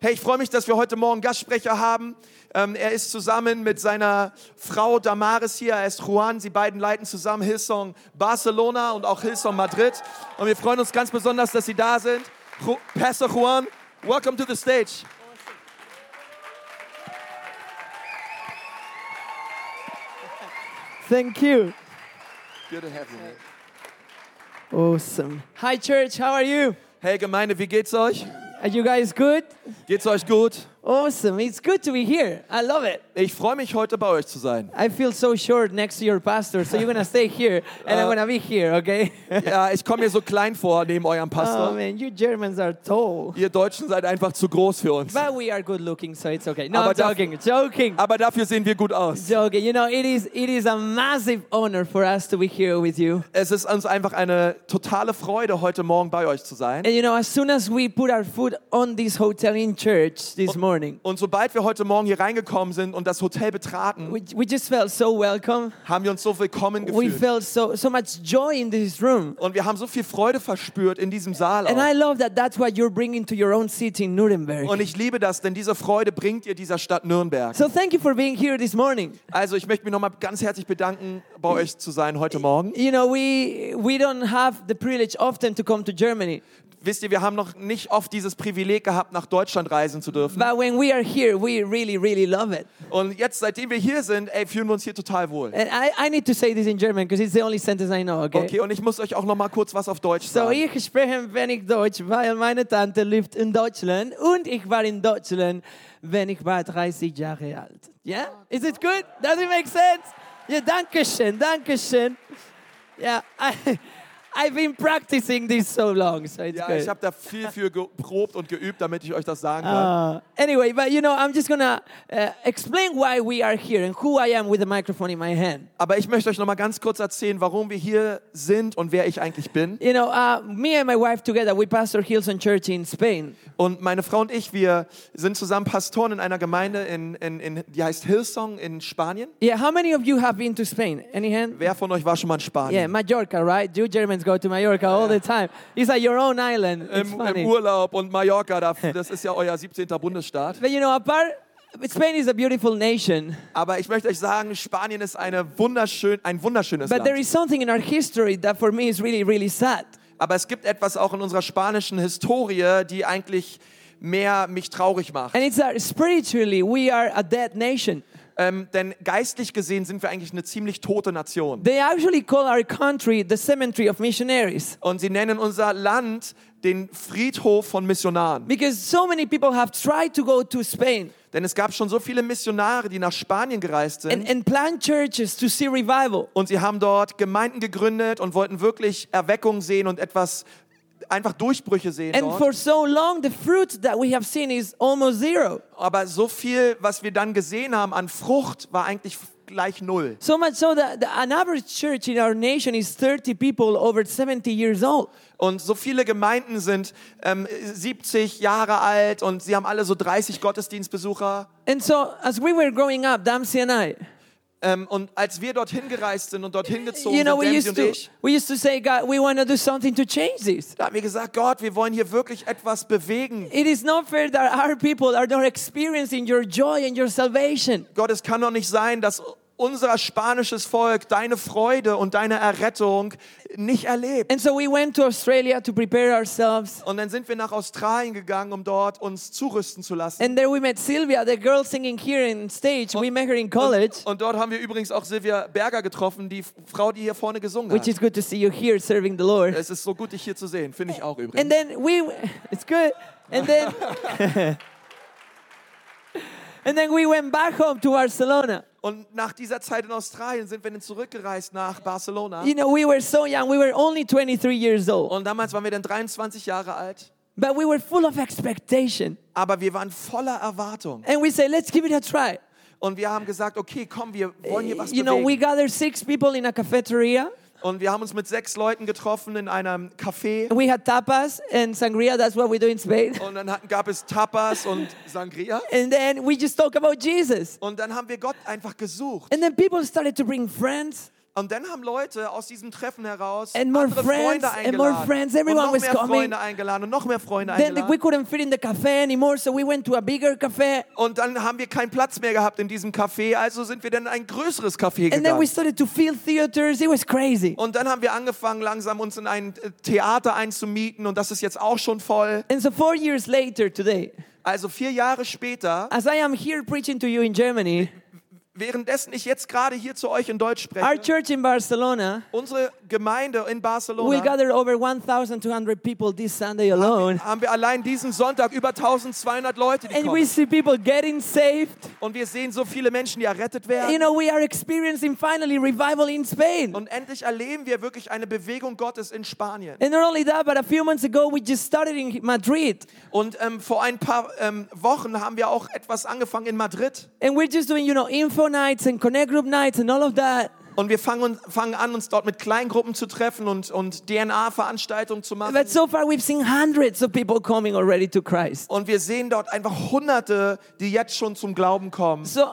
Hey, ich freue mich, dass wir heute Morgen Gastsprecher haben. Ähm, er ist zusammen mit seiner Frau Damaris hier. Er ist Juan. Sie beiden leiten zusammen Hillsong Barcelona und auch Hillsong Madrid. Und wir freuen uns ganz besonders, dass Sie da sind. Ju Pastor Juan, welcome to the stage. Thank you. Good to have you. Awesome. Hi, church. How are you? Hey Gemeinde, wie geht's euch? Are you guys good? Geht's euch gut? Awesome. It's good to be here. I love it. Ich freue mich, heute bei euch zu sein. I feel so short next to your pastor, so you're gonna stay here, and I'm gonna be here, okay? Ja, ich komme mir so klein vor neben eurem oh Pastor. man, you Germans are tall. Ihr Deutschen seid einfach zu groß für uns. But we are good looking, so it's okay. No, Aber I'm darf- joking, joking, Aber dafür sehen wir gut aus. joking. You know, it is it is a massive honor for us to be here with you. Es ist uns einfach eine totale Freude, heute Morgen bei euch zu sein. And you know, as soon as we put our foot on this hotel in church this morning, Und sobald wir heute Morgen hier reingekommen sind und das Hotel betraten, we, we just felt so welcome. haben wir uns so willkommen We gefühlt. felt so so much joy in this room. Und wir haben so viel Freude verspürt in diesem Saal. And I Auch. love that that's what you're bringing to your own city in Nuremberg. Und ich liebe das, denn diese Freude bringt ihr dieser Stadt Nürnberg. So thank you for being here this morning. Also ich möchte mich nochmal ganz herzlich bedanken, bei euch zu sein heute Morgen. You know, we we don't have the privilege often to come to Germany, Wisst ihr, wir haben noch nicht oft dieses Privileg gehabt, nach Deutschland reisen zu dürfen. but when we are here, we really really love it. Und jetzt, seitdem wir hier sind, ey, fühlen wir uns hier total wohl. And I I need to say this in German because it's the only sentence I know, okay? Okay, und ich muss euch auch nochmal kurz was auf Deutsch So sagen. ich spreche wenig Deutsch, weil meine Tante lebt in Deutschland und ich war in Deutschland, wenn ich war 30 Jahre alt. Yeah? Oh, Is it good? Does it make sense? Yeah, danke schön, danke schön. Yeah, I, I've been practicing this so long, so it's Ja, good. ich habe da viel für geprobt und geübt, damit ich euch das sagen kann. Uh, anyway, but you know, I'm just gonna uh, explain why we are here and who I am with the microphone in my hand. Aber ich möchte euch noch mal ganz kurz erzählen, warum wir hier sind und wer ich eigentlich bin. You know, uh, me and my wife together, we pastor Hillsong Church in Spain. Und meine Frau und ich, wir sind zusammen Pastoren in einer Gemeinde, in, in, in, die heißt Hillsong in Spanien. Yeah, how many of you have been to Spain? Any hand? Wer von euch war schon mal in Yeah, Spanien? Mallorca, right? You Germans go to Mallorca all the time. It's like your own island. It's Im, funny. Im Urlaub und Mallorca, da- das ist ja euer 17. Bundesstaat. but you know, apart, Spain is a beautiful nation. Aber ich möchte euch sagen, Spanien ist eine wunderschön, ein wunderschönes But there Land. is something in our history that for me is really, really sad. Aber es gibt etwas auch in unserer spanischen Historie, die eigentlich mehr mich traurig macht. And it's that spiritually, we are a dead nation. Ähm, denn geistlich gesehen sind wir eigentlich eine ziemlich tote Nation. They actually call our country the cemetery of missionaries Und sie nennen unser Land den Friedhof von Missionaren. because so many people have tried to go to Spain Denn es gab schon so viele Missionare, die nach Spanien gereist sind. and, and plan churches to see revival. und sie haben dort Gemeinden gegründet und wollten wirklich Erweckung sehen und etwas, einfach Durchbrüche sehen. And Dort. for so long, the fruit that we have seen is almost zero. Aber so viel, was wir dann gesehen haben an Frucht, war eigentlich gleich null. So much so that the, an average church in our nation is 30 people over 70 years old. Und so viele Gemeinden sind ähm, 70 Jahre alt und sie haben alle so 30 Gottesdienstbesucher. And so, as we were growing up, Damsi and I, Ähm, und als wir dorthin gereist sind und dorthin gezogen you know, we sind, Dempsey used und to ich, we used to say, God, we want to do something to change this. Da haben wir gesagt, Gott, wir wollen hier wirklich etwas bewegen. It is not fair that our people are not experiencing your joy and your salvation. Gott, es kann doch nicht sein, dass unser spanisches Volk deine Freude und deine Errettung nicht erlebt. And so we went to Australia to prepare ourselves. Und dann sind wir nach Australien gegangen, um dort uns zurüsten zu lassen. And there we met Sylvia, the girl singing here in stage. We met her in college, Und, und dort haben wir übrigens auch Silvia Berger getroffen, die Frau, die hier vorne gesungen which hat. is good to see you here serving the Lord. Es ist so gut, dich hier zu sehen, finde ich auch übrigens. And then we, it's good. And then, and then we went back home to Barcelona. Und nach dieser Zeit in Australien sind wir dann zurückgereist nach Barcelona. You know, we were so young. We were only 23 years old, Und damals waren wir dann 23 Jahre alt. but we were full of expectation. Aber wir waren voller Erwartung. And we said, let's give it a try. Und wir haben gesagt, okay, komm, wir wollen hier was You know, bewegen. we gathered six people in a cafeteria. Und wir haben uns mit sechs Leuten getroffen in einem Café. We had tapas and sangria. That's what we do in Spain. Und dann hatten, gab es Tapas und Sangria. And then we just talk about Jesus. Und dann haben wir Gott einfach gesucht. And then people started to bring friends. Und dann haben Leute aus diesem Treffen heraus And more andere friends, Freunde and eingeladen. more friends. Everyone und noch was mehr coming. Freunde eingeladen und noch mehr Freunde Then eingeladen. we couldn't fit in the cafe anymore, so we went to a bigger cafe. und dann haben wir keinen Platz mehr gehabt in diesem Café, also sind wir dann in ein größeres Café And then we gegangen. started to fill theaters. It was crazy. Und dann haben wir angefangen, langsam uns in ein äh, Theater einzumieten und das ist jetzt auch schon voll. And so four years later today, Also vier Jahre später, as I am here preaching to you in Germany, währenddessen ich jetzt gerade hier zu euch in Deutsch our spreche, church in Barcelona unsere Gemeinde in will Barcelona, gather over 1,200 people this Sunday alone. haben wir allein diesen Sonntag über 1200 Leute, die And we kommen. see people getting saved. Und wir sehen so viele Menschen, die errettet You werden. know, we are experiencing finally revival in Spain. Und endlich erleben wir wirklich eine Bewegung Gottes in Spanien. And not only that, but a few months ago we just started in Madrid. Und ähm, vor ein paar ähm, Wochen haben wir auch etwas angefangen in Madrid. And we're just doing, you know, info nights and connect group nights and all of that. Und wir fangen, uns- fangen an, uns dort mit Kleingruppen zu treffen und, und DNA-Veranstaltungen zu machen. But so far we've seen hundreds of people coming already to Christ. Und wir sehen dort einfach Hunderte, die jetzt schon zum Glauben kommen. So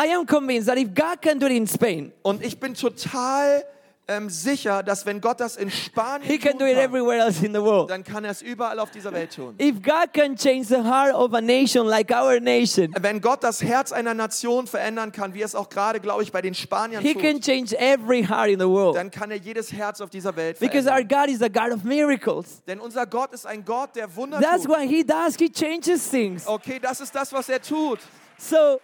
I am convinced that if God can do it in Spain, Und ich bin total ähm, sicher, dass wenn Gott das in He Spanien can tun do it kann, everywhere else in the world. dann kann er es überall auf dieser Welt tun. If God can change the heart of a nation like our nation, Wenn Gott das Herz einer Nation verändern kann, wie es auch gerade, glaube ich, bei den Spaniern He can tut, change every heart in the world. dann kann er jedes Herz auf dieser Welt Because our verändern. God is a God of miracles. Denn unser Gott ist ein Gott, der Wunder That's tut. what He does, He changes things. Okay, das ist das, was er tut. So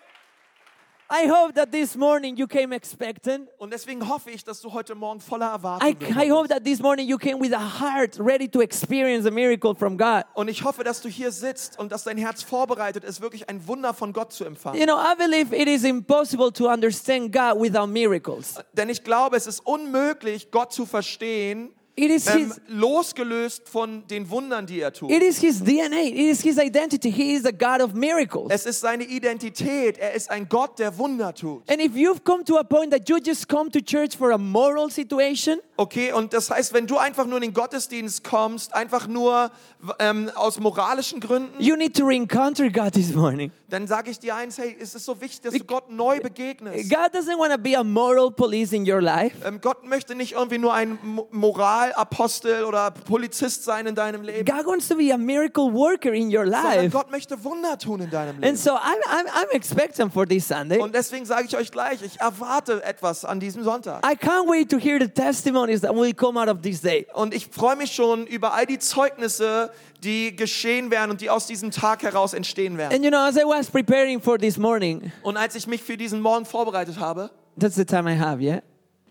I hope that this morning you came expectant. Und deswegen hoffe ich, dass du heute Morgen voller I, Erwartung I hope bist. that this morning you came with a heart ready to experience a miracle from God. Und ich hoffe, dass du hier sitzt und dass dein Herz vorbereitet ist, wirklich ein Wunder von Gott zu empfangen. You know, I believe it is impossible to understand God without miracles. Denn ich glaube, es ist unmöglich, Gott zu verstehen, It is ähm, His. losgelöst von den Wundern, die er tut. It is his DNA. It is his identity. He is a God of miracles. Es ist seine Identität. Er ist ein Gott, der Wunder tut. And if you've come to a point that you just come to church for a moral situation, Okay, und das heißt, wenn du einfach nur in den Gottesdienst kommst, einfach nur w- ähm, aus moralischen Gründen, you need to reencounter God this morning. dann sage ich dir eins, hey, es ist so wichtig, dass du Gott neu begegnest. God doesn't want to be a moral police in your life. Ähm, Gott möchte nicht irgendwie nur ein Mo- Moralapostel oder Polizist sein in deinem Leben, God wants to be a miracle worker in your sondern life. Gott möchte Wunder tun in deinem And Leben. so I'm, I'm, I'm expectant for this Sunday. Und deswegen sage ich euch gleich, ich erwarte etwas an diesem Sonntag. I can't wait to hear the testimonies that will come out of this day. Und ich freue mich schon über all die Zeugnisse, die geschehen werden und die aus diesem Tag heraus entstehen werden. And you know, as I was preparing for this morning, Und als ich mich für diesen Morgen vorbereitet habe, that's the time I have, yeah?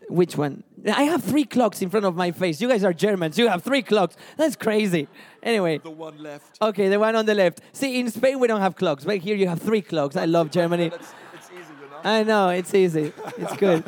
Which one? I have three clocks in front of my face. You guys are Germans. You have three clocks. That's crazy. Anyway, the one left. okay, the one on the left. See, in Spain we don't have clocks, but here you have three clocks. I love Germany. I know, it's easy. It's good.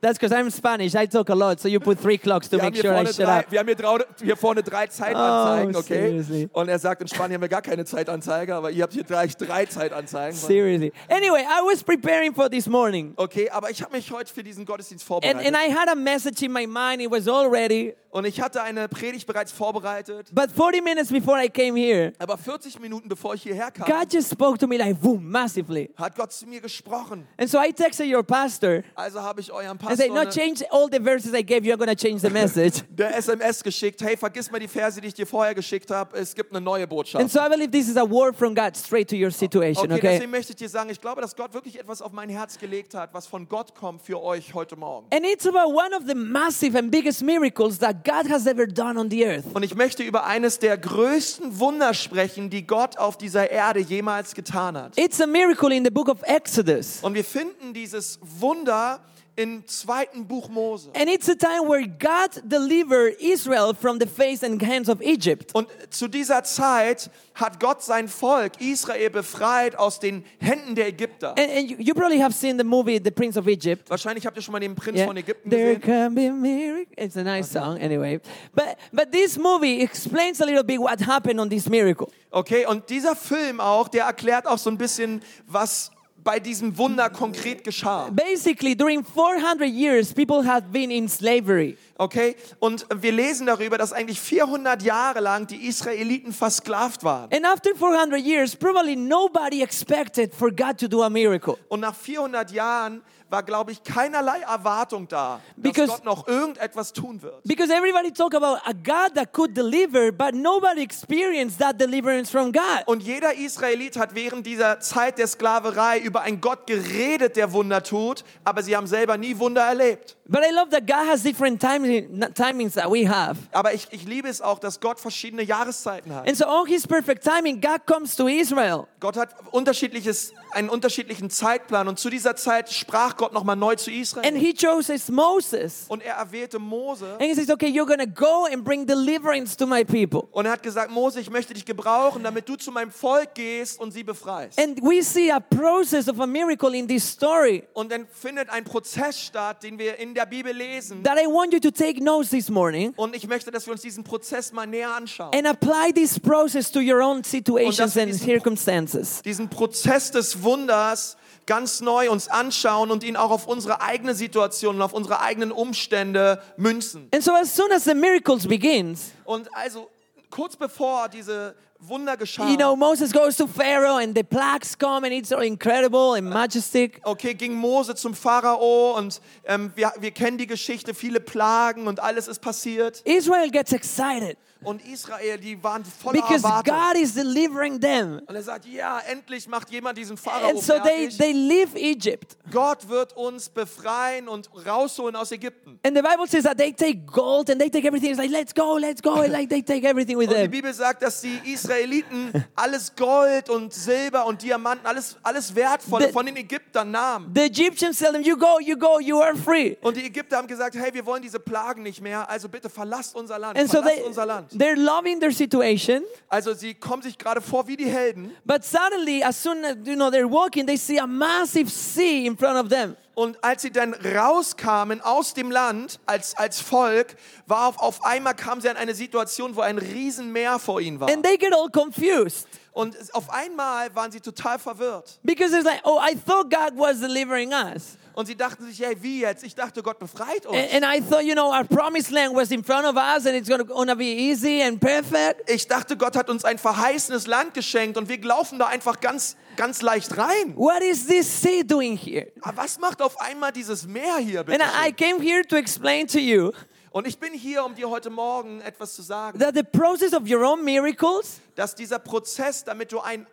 That's because I'm Spanish. I talk a lot, so you put three clocks to Wir haben, make hier sure I vorne shut drei, up. wir haben hier, drau, hier vorne drei Zeitanzeigen, Oh, okay? seriously. Und er sagt, in Spanien haben wir gar keine Zeitanzeige, aber ihr habt hier gleich drei Zeitanzeigen. Seriously. Anyway, I was preparing for this morning. Okay, aber ich habe mich heute für diesen Gottesdienst And, vorbereitet. and I had a message in my mind, it was all ready. und ich hatte eine Predigt bereits vorbereitet, But 40 minutes before I came here, aber 40 Minuten bevor ich hierher kam, God just spoke to me like, boom, massively. hat Gott zu mir gesprochen. And so I texted your pastor Also habe ich euren and Pastor said, no, eine- change all the verses I gave you, I'm going to change the message. der SMS geschickt, hey, vergiss mal die Verse, die ich dir vorher geschickt habe, es gibt eine neue Botschaft. and so I believe this is a word from God straight to your situation, Okay, ne, okay? deswegen möchte ich dir sagen, ich glaube, dass Gott wirklich etwas auf mein Herz gelegt hat, was von Gott kommt für euch heute Morgen. And it's about one of the massive and biggest miracles that God has ever done on the earth. Und ich möchte über eines der größten Wunder sprechen, die Gott auf dieser Erde jemals getan hat. It's a miracle in the book of Exodus. Und wir finden dieses Wunder im zweiten Buch Mose. And it's a time where God delivered Israel from the face and hands of Egypt. Und zu dieser Zeit hat Gott sein Volk Israel befreit aus den Händen der Ägypter. And, and you, you probably have seen the movie The Prince of Egypt. Wahrscheinlich habt ihr schon mal den Prinz Yeah. von Ägypten There gesehen. can be miracles. It's a nice song, anyway. But but this movie explains a little bit what happened on this miracle. Okay, und dieser Film auch, der erklärt auch so ein bisschen, was bei diesem Wunder konkret geschah. Basically, during 400 years, people have been in slavery. Okay? Und wir lesen darüber, dass eigentlich 400 Jahre lang die Israeliten versklavt waren. And after 400 years, probably nobody expected for God to do a miracle. Und nach 400 Jahren war, glaube ich, keinerlei Erwartung da, dass Because- Gott noch irgendetwas tun wird. Because everybody talk about a God that could deliver, but nobody experienced that deliverance from God. Und jeder Israelit hat während dieser Zeit der Sklaverei über einen Gott geredet, der Wunder tut, aber sie haben selber nie Wunder erlebt. But I love that God has different timing, timings that we have. Aber ich, ich liebe es auch, dass Gott verschiedene Jahreszeiten hat. And so on his perfect timing, God comes to Israel. Gott hat unterschiedliches, einen unterschiedlichen Zeitplan und zu dieser Zeit sprach Gott nochmal neu zu And Israel. he chooses Moses. Und er erwählte Mose And he says, okay, you're going to go and bring deliverance to my people. und er hat gesagt, Mose, ich möchte dich gebrauchen, damit du zu meinem Volk gehst und sie befreist. And we see a process of a miracle in this story Und dann findet ein Prozess statt, den wir in der Bibel lesen. that I want you to take notes this morning Und ich möchte, dass wir uns diesen Prozess mal näher anschauen. and apply this process to your own situations and diesen- circumstances. diesen Prozess des Wunders ganz neu uns anschauen und ihn auch auf unsere eigene Situation und auf unsere eigenen Umstände münzen. And so as soon as the miracles begins, Und also kurz bevor diese Wunder you know, geschahen, Moses goes to Pharaoh and the plagues come and it's incredible and majestic. okay, ging Mose zum Pharao und ähm, wir, wir kennen die Geschichte, viele Plagen und alles ist passiert. Israel gets excited Und Israel, die waren voller because Erwartung. God is delivering them. Und er sagt, ja, endlich macht jemand diesen Pharao And so they, fertig. they leave Egypt. Gott wird uns befreien und rausholen aus Ägypten. And the Bible says that they take gold and they take everything. It's like, let's go, let's go. And like they take everything with Und die them. Bibel sagt, dass die Israeliten alles Gold und Silber und Diamanten, alles, alles Wertvolle The- von den Ägyptern nahmen. The Egyptians tell them, you go, you go, you are free. Und die Ägypter haben gesagt, hey, wir wollen diese Plagen nicht mehr, also bitte verlasst unser Land, And so verlasst they, unser Land. they're loving their situation. Also sie kommen sich gerade vor wie die Helden But suddenly, as soon as you know they're walking, they see a massive sea in front of them. und als sie dann rauskamen aus dem Land als, als Volk, war auf, auf einmal kamen sie an eine Situation, wo ein Riesenmeer vor ihnen war. And they get all confused. Und es- auf einmal waren sie total verwirrt. Because it's like, oh, I thought God was delivering us. Und sie dachten sich, hey, wie jetzt? Ich dachte, Gott befreit uns. And, and I thought, you know, our promised land was in front of us and it's gonna, gonna be easy and perfect. ich dachte, Gott hat uns ein verheißenes Land geschenkt und wir laufen da einfach ganz, ganz leicht rein. What is this sea doing here? Aber was macht auf einmal dieses Meer hier? And Bitte I, I schön? came here to explain to you und ich bin hier, um dir heute Morgen etwas zu sagen, that the process of your own miracles dass dieser Prozess, damit du ein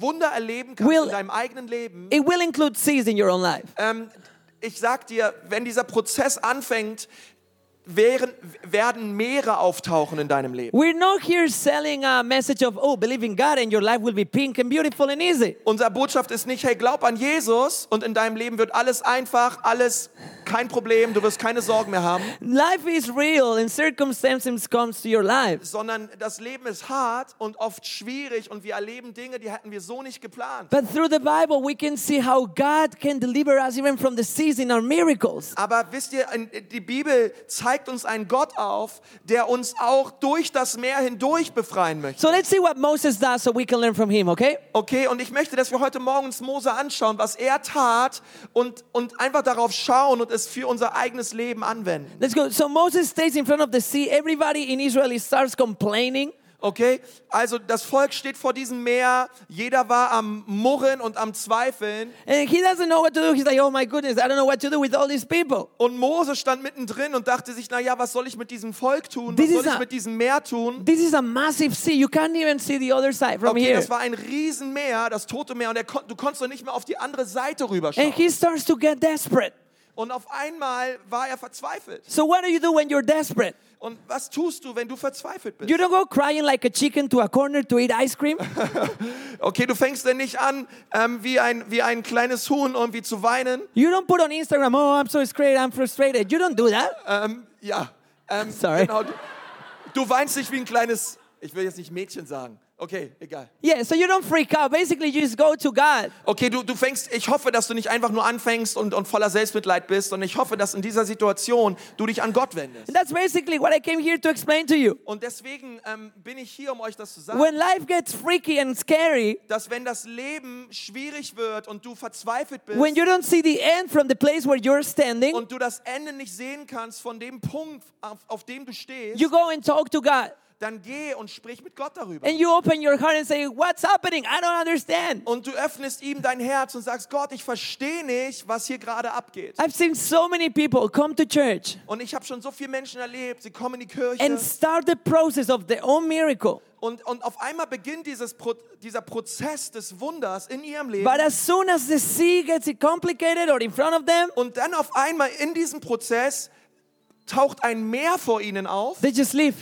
Wunder erleben kannst Will- in deinem eigenen Leben, it will include seas in your own life. ähm, ich sag dir, wenn dieser Prozess anfängt, wären, werden Meere auftauchen in deinem Leben. We're not here selling a message of oh, believe in God and your life will be pink and beautiful and easy. Unsere Botschaft ist nicht, hey, glaub an Jesus und in deinem Leben wird alles einfach, alles kein Problem, du wirst keine Sorgen mehr haben. Life is real and circumstances comes to your life. sondern das Leben ist hart und oft schwierig und wir erleben Dinge, die hatten wir so nicht geplant. But through the Bible, we can see how God can deliver us even from the seas in our miracles. Aber wisst ihr, in- die Bibel zeigt uns einen Gott auf, der uns auch durch das Meer hindurch befreien möchte. So let's see what Moses does so we can learn from him, okay? Okay, und ich möchte, dass wir heute Morgen uns Mose anschauen, was er tat und, und einfach darauf schauen und es für unser eigenes Leben anwenden. Let's go. So Moses stays in front of the sea. Everybody in Israel starts complaining. Okay, also das Volk steht vor diesem Meer, jeder war am Murren und am Zweifeln And he doesn't know what to do. He's like, oh my goodness, I don't know what to do with all these people. Und Mose stand mittendrin und dachte sich, naja, was soll ich mit diesem Volk tun? Was This is soll a- ich mit diesem Meer tun? This is a massive sea. You can't even see the other side from Okay, here. das war ein Riesenmeer, das Tote Meer, und er kon du konntest doch nicht mehr auf die andere Seite And rüberschauen. he starts to get desperate. Und auf einmal war er verzweifelt. So what do you do when you're desperate? Und was tust du, wenn du verzweifelt bist? You don't go crying like a chicken to a corner to eat ice cream. Okay, du fängst denn nicht an, ähm, wie, ein, wie ein kleines Huhn irgendwie zu weinen. You don't put on Instagram, oh, I'm so scared, I'm frustrated. You don't do that. Ähm, ja, ähm, Sorry. genau. Du, du weinst nicht wie ein kleines, ich will jetzt nicht Mädchen sagen. Okay, egal. Yeah, so you don't freak out. Basically, you just go to God. Okay, du, du fängst, ich hoffe, dass du nicht einfach nur anfängst und, und voller Selbstmitleid bist und ich hoffe, dass in dieser Situation du dich an Gott wendest. And that's basically what I came here to explain to you. Und deswegen ähm, bin ich hier, um euch das zu sagen, When life gets freaky and scary, dass wenn das Leben schwierig wird und du verzweifelt bist when you don't see the end from the place where you're standing, und du das Ende nicht sehen kannst von dem Punkt, auf, auf dem du stehst, you go and talk to God. dann geh und sprich mit Gott darüber. And you open your heart and say, What's happening? I don't understand. Und du öffnest ihm dein Herz und sagst, Gott, ich verstehe nicht, was hier gerade abgeht. I've seen so many people come to church Und ich habe schon so viele Menschen erlebt, sie kommen in die Kirche and start the process of their own miracle. und, und auf einmal beginnt dieses Pro dieser Prozess des Wunders in ihrem Leben. But as soon as the sea gets complicated or in front of them, Und dann auf einmal in diesem Prozess taucht ein Meer vor ihnen auf they just leave.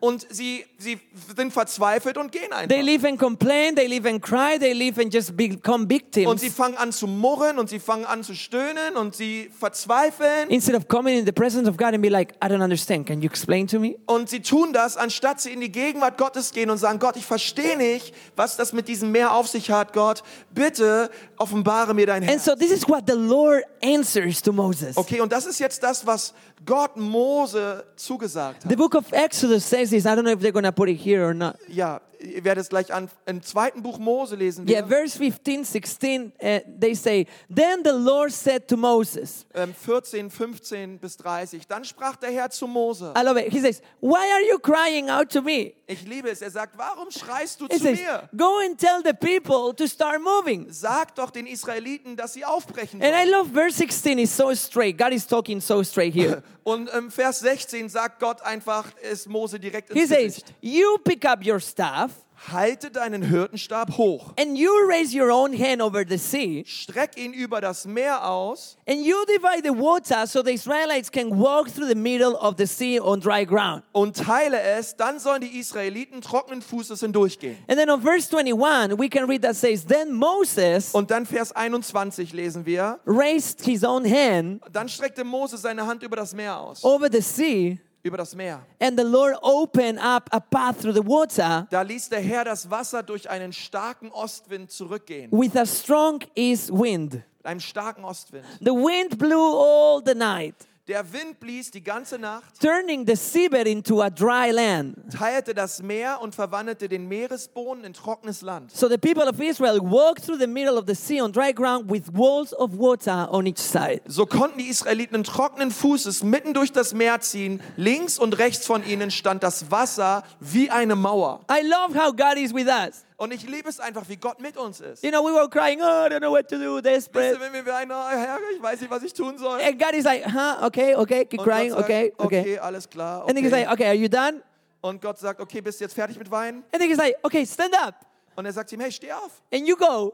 und sie, sie sind verzweifelt und gehen They einfach. leave and complain, they leave and cry, they leave and just become Und victims sie fangen an zu murren und sie fangen an zu stöhnen und sie verzweifeln. instead of coming in the presence of God and be like, I don't understand. Can you explain to me? Und sie tun das, anstatt sie in die Gegenwart Gottes gehen und sagen, Gott, ich verstehe nicht, was das mit diesem Meer auf sich hat, Gott. Bitte offenbare mir dein And Herz. so this is what the Lord answers to Moses. Okay, und das ist jetzt das, was Gott Mose zugesagt hat. The book of Exodus says this. I don't know if they're going to put it here or not. Ja, ihr werdet es gleich an, im zweiten Buch Mose lesen. Yeah, Wir, verse 15, 16, uh, they say, Then the Lord said to Moses, ähm, 14, 15 bis 30. Dann sprach der Herr zu Mose. I love it. He says, Why are you crying out to me? Ich liebe es. Er sagt, warum schreist du He zu says, mir? Go and tell the people to start moving. Sag doch den Israeliten, dass sie aufbrechen And I sollen. love verse 16, it's so straight. God is talking so straight here. Und im Vers 16 sagt Gott einfach, es Mose direkt He ins says, Gesicht. You pick up your staff Halte deinen Hirtenstab hoch. and you raise your own hand over the sea Streck ihn über das Meer aus and you divide the water so the Israelites can walk through the middle of the sea on dry ground. und teile es, dann sollen die Israeliten trockenen Fußes hindurchgehen. And then on verse 21, we can read that says, Then Moses Und dann Vers 21 lesen wir. raised his own hand Dann streckte Mose seine Hand über das Meer aus, over the sea, über das Meer. and the Lord opened up a path through the water Da ließ der Herr das Wasser durch einen starken Ostwind zurückgehen. Mit with a strong east wind. einem starken Ostwind. The wind blew all the night, Der Wind blies die ganze Nacht, turning the seabed into a dry land. teilte das Meer und verwandelte den Meeresboden in trockenes Land. So the people of Israel walked through the middle of the sea on dry ground with walls of water on each side. So konnten die Israeliten trockenen Fußes mitten durch das Meer ziehen. Links und rechts von ihnen stand das Wasser wie eine Mauer. I love how God is with us. Und ich liebe es einfach, wie Gott mit uns ist. You know, we were crying, oh, I don't know what to do, Wisst ihr, desperate. wenn wir weinen, oh Herr, ich weiß nicht, was ich tun soll. And God is like, huh, okay, okay, keep Und Gott crying, sagt, okay, okay. okay, alles klar. And he's okay. like, okay, are you done? Und Gott sagt, okay, bist du jetzt fertig mit Weinen? And he's like, okay, stand up. Und er sagt ihm, hey, steh auf. And you go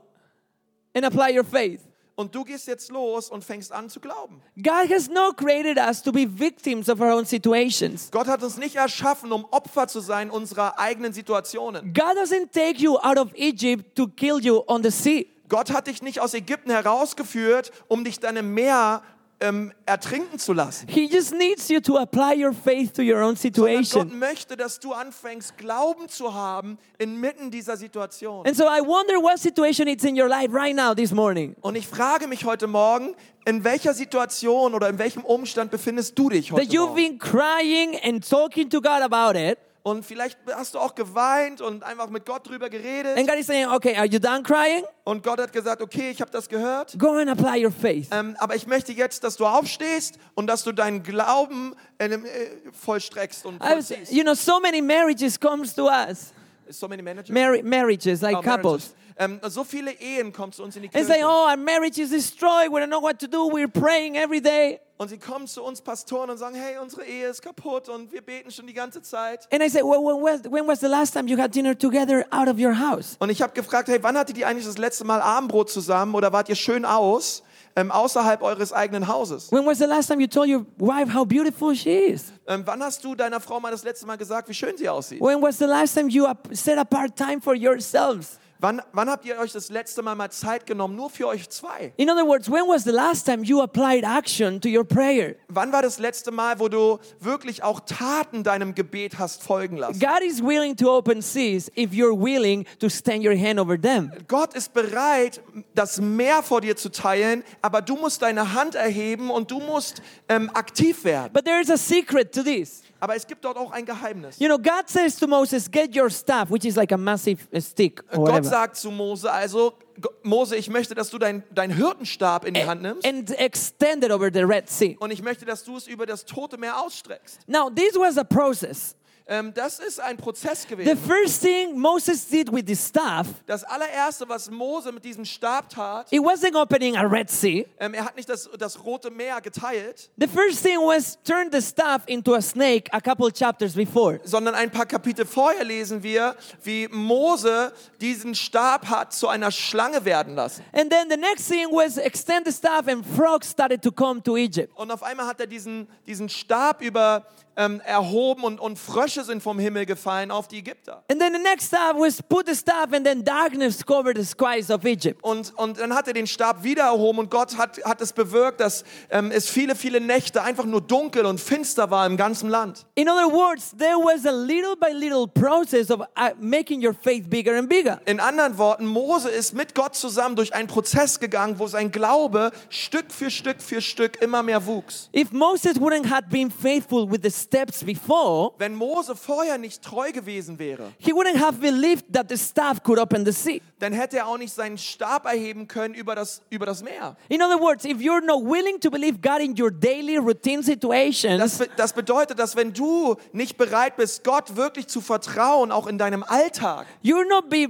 and apply your faith. Und du gehst jetzt los und fängst an zu glauben. God has not created us to be victims of our own situations. Gott hat uns nicht erschaffen, um Opfer zu sein unserer eigenen Situationen. God doesn't take you out of Egypt to kill you on the sea. Gott hat dich nicht aus Ägypten herausgeführt, um dich dann im Meer ähm, ertrinken zu lassen. He just needs you to apply your faith to your own Sondern Gott situation. möchte, dass du anfängst, Glauben zu haben inmitten dieser Situation. And so I wonder what situation it's in your life right now, this morning. Und ich frage mich heute Morgen, in welcher Situation oder in welchem Umstand befindest du dich That heute you've Morgen? been crying and talking to God about it. Und vielleicht hast du auch geweint und einfach mit Gott drüber geredet. And God is saying, okay, are you done crying? Und Gott hat gesagt, okay, ich habe das gehört. Go and apply your faith. Ähm, aber ich möchte jetzt, dass du aufstehst und dass du deinen Glauben äh, äh, vollstreckst und I was, vollziehst. you know, so many marriages comes to us. So many managers. Marri- marriages, like Oh, couples. marriages. Ähm, so viele Ehen kommen zu uns in die And Kirche. say, oh, our marriage is destroyed. We don't know what to do. We're praying every day. Und sie kommen zu uns Pastoren und sagen, hey, unsere Ehe ist kaputt und wir beten schon die ganze Zeit. And I say, well, when was, when was the last time you had dinner together out of your house? Und ich habe gefragt, hey, wann hattet ihr eigentlich das letzte Mal Abendbrot zusammen oder wart ihr schön aus, ähm, außerhalb eures eigenen Hauses? When was the last time you told your wife how beautiful she is? Ähm, wann hast du deiner Frau mal das letzte Mal gesagt, wie schön sie aussieht? When was the last time you up- set apart time for yourselves? Wann, wann habt ihr euch das letzte Mal mal Zeit genommen, nur für euch zwei? In other words, when was the last time you applied action to your prayer? Wann war das letzte Mal, wo du wirklich auch Taten deinem Gebet hast folgen lassen? God is willing to open seas if you're willing to stand your hand over them. Gott ist bereit, das Meer vor dir zu teilen, aber du musst deine Hand erheben und du musst ähm, aktiv werden. But there is a secret to this. Aber es gibt dort auch ein Geheimnis. You know, God says to Moses, Get your staff, which is like a massive uh, stick or Gott whatever, sagt zu Mose also, G- Mose, ich möchte, dass du deinen dein Hirtenstab in die Hand nimmst and extend it over the Red Sea. und ich möchte, dass du es über das Tote Meer ausstreckst. Now, this was a process. Ähm, das ist ein Prozess gewesen. The first thing Moses did with the staff, Das allererste, was Mose mit diesem Stab tat, it wasn't opening a Red Sea. ähm, er hat nicht das, das Rote Meer geteilt, The first thing was turn the staff into a snake a couple chapters before. sondern ein paar Kapitel vorher lesen wir, wie Mose diesen Stab hat zu einer Schlange werden lassen. And then the next thing was extend the staff and frogs started to come to Egypt. Und auf einmal hat er diesen, diesen Stab über ähm, erhoben und, und Frösche sind vom Himmel gefallen auf die Ägypter. And then the next step was put the staff and then darkness covered the skies of Egypt. Und, und dann hat er den Stab wieder erhoben und Gott hat, hat es bewirkt, dass ähm, es viele, viele Nächte einfach nur dunkel und finster war im ganzen Land. In other words, there was a little by little process of uh, making your faith bigger and bigger. In anderen Worten, Mose ist mit Gott zusammen durch einen Prozess gegangen, wo sein Glaube Stück für Stück für Stück immer mehr wuchs. If Moses wouldn't have been faithful with the steps before, Wenn Mose vorher nicht treu gewesen wäre, he wouldn't have believed that the staff could open the sea. dann hätte er auch nicht seinen Stab erheben können über das, über das Meer. In other words, if you're not willing to believe God in your daily routine situations, Das, be- das bedeutet, dass wenn du nicht bereit bist, Gott wirklich zu vertrauen, auch in deinem Alltag, You're not be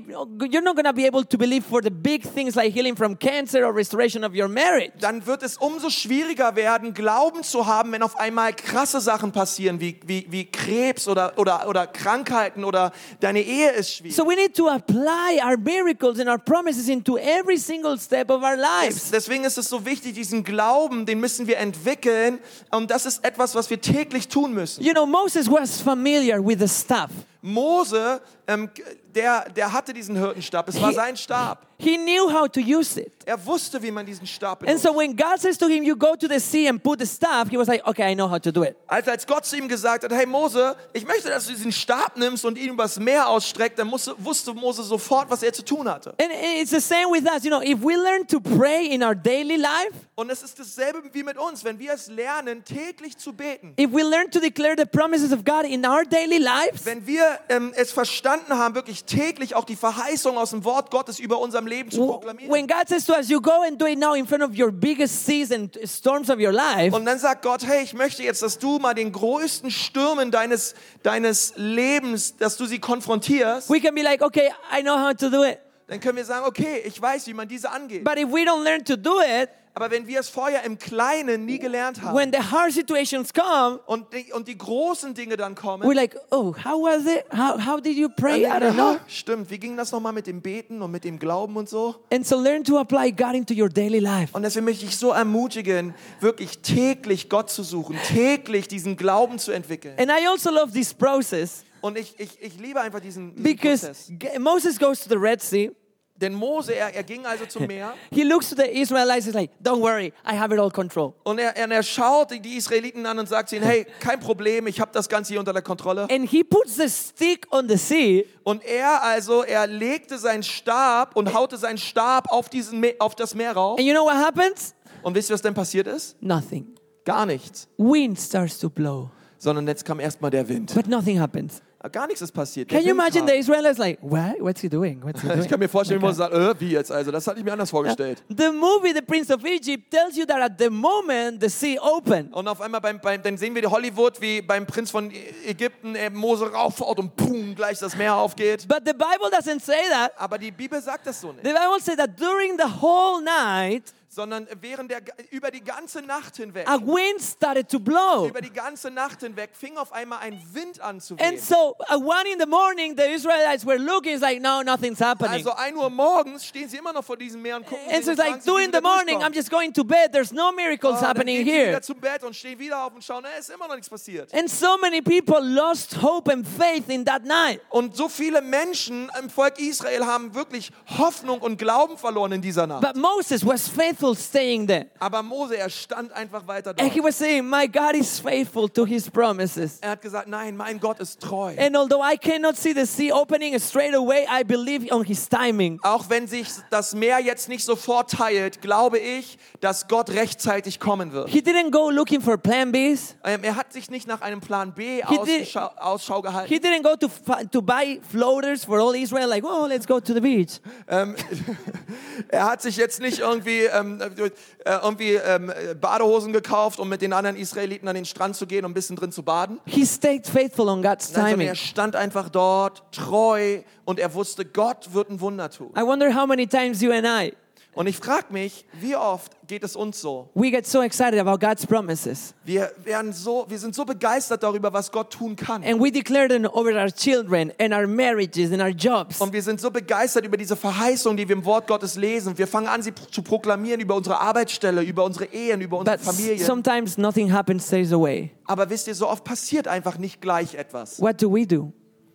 you're not gonna be able to believe for the big things like healing from cancer or restoration of your marriage. dann wird es umso schwieriger werden, Glauben zu haben, wenn auf einmal krasse Sachen passieren, wie, wie, wie Krebs oder, oder, oder Krankheiten oder deine Ehe ist schwierig. So we need to apply our miracles and our promises into every single step of our lives. Deswegen ist es so wichtig, diesen Glauben, den müssen wir entwickeln. Und das ist etwas, was wir täglich tun müssen. You know, Moses was familiar with the staff. Mose, ähm, der, der hatte diesen Hirtenstab. Es war sein Stab. He knew how to use it. Er wusste, wie man diesen Stab And benutzt. so when God says to him, You go to the sea and put the staff, he was like, Okay, I know how to do it. Also als Gott zu ihm gesagt hat, hey Mose, ich möchte, dass du diesen Stab nimmst und ihn übers Meer ausstreckt, dann musste, wusste Mose sofort, was er zu tun hatte. And it's the same with us. You know, if we learn to pray in our daily life, Und es ist dasselbe wie mit uns. Wenn wir es lernen, täglich zu beten, if we learn to declare the promises of God in our daily lives, wenn wir ähm, es verstanden haben, wirklich täglich auch die Verheißung aus dem Wort Gottes über unserem Leben zu proklamieren, When God says to us, you go and do it now in front of your biggest seas and storms of your life, Und dann sagt Gott, hey, ich möchte jetzt, dass du mal den größten Stürmen deines, deines Lebens, dass du sie konfrontierst. we can be like, okay, I know how to do it. Dann können wir sagen, okay, ich weiß, wie man diese angeht. But if we don't learn to do it, Aber wenn wir es vorher im Kleinen nie gelernt haben when the hard situations come, und die, und die großen Dinge dann kommen, we're like, oh, how was it? How, how did you dann pray? I denken wir, don't know. "Ha, stimmt, wie ging das nochmal mit dem Beten und mit dem Glauben und so? And so learn to apply God into your daily life. Und deswegen möchte ich so ermutigen, wirklich täglich Gott zu suchen, täglich diesen Glauben zu entwickeln. And I also love this process Und ich, ich, ich liebe einfach diesen, diesen because Prozess. G- Moses goes to the Red Sea. Denn Mose, er, er ging also zum Meer. He looks to the Israelites. He's like, don't worry, I have it all control. Und er, und er schaut die Israeliten an und sagt zu ihnen, hey, kein Problem, ich habe das Ganze hier unter der Kontrolle. And he puts the stick on the sea Und er also, er legte seinen Stab und haute seinen Stab auf, diesen, Me- auf das Meer rauf. And you know what happens? Und wisst ihr, was denn passiert ist? Nothing. Gar nichts. Wind starts to blow, Sondern jetzt kam erstmal der Wind. but nothing happens. Gar nichts ist passiert. Der Can you Wind imagine kam. the Israelites like, what? What's he doing? What's he doing? ich kann mir vorstellen, wie Like, Mose sagt, äh, wie jetzt? Also, das hatte ich mir anders vorgestellt. The movie The Prince of Egypt tells you that at the moment the sea opened. Und auf einmal, beim, beim, dann sehen wir die Hollywood, wie beim Prinz von Ägypten er Mose raufhaut und pum, gleich das Meer aufgeht. But the Bible doesn't say that. Aber die Bibel sagt das so nicht. The Bible says that during the whole night, sondern während der, über die ganze Nacht hinweg, a wind started to blow. über die ganze Nacht hinweg fing auf einmal ein Wind an zu wehen. And so at one in the morning, the Israelites were looking. It's like, no, nothing's happening. Also 1 Uhr morgens stehen sie immer noch vor diesem Meer und gucken. And sich so it's das like an, sie two wie in wieder the morning. durchkommen. I'm just going to bed. There's no miracles Und dann happening gehen sie here. wieder zum Bett und stehen wieder auf und schauen, es ist immer noch nichts passiert. And so many people lost hope and faith in that night. Und so viele Menschen im Volk Israel haben wirklich Hoffnung und Glauben verloren in dieser Nacht. But Moses was faithful staying there. Aber Mose, er stand einfach weiter And he dort. was saying, My God is faithful to his promises. Er hat gesagt, nein, mein Gott ist treu. And although I cannot see the sea opening straight away, I believe on his timing. Auch wenn sich das Meer jetzt nicht sofort teilt, glaube ich, dass Gott rechtzeitig kommen wird. He didn't go looking for plan Bs. Ähm, Er hat sich nicht nach einem Plan B did- Ausschau, Ausschau gehalten. He didn't go to, fi- to buy floaters for all Israel, like, oh, let's go to the beach. Ähm, er hat sich jetzt nicht irgendwie, ähm, äh, irgendwie ähm, äh, Badehosen gekauft, um mit den anderen Israeliten an den Strand zu gehen und ein bisschen drin zu baden. He stayed faithful on God's Nein, sondern timing. er stand einfach dort treu und er wusste, Gott wird ein Wunder tun. I wonder how many times you and I, Und ich frage mich, wie oft geht es uns so? we get so excited about God's promises Wir, werden so? wir sind so begeistert darüber, was Gott tun kann. and we declare them over our children and our marriages and our jobs. Und wir sind so begeistert über diese Verheißung, die wir im Wort Gottes lesen. Wir fangen an, sie pr- zu proklamieren über unsere Arbeitsstelle, über unsere Ehen, über unsere But Familien. sometimes nothing happens straight away. Aber wisst ihr, so oft passiert einfach nicht gleich etwas. What do we do?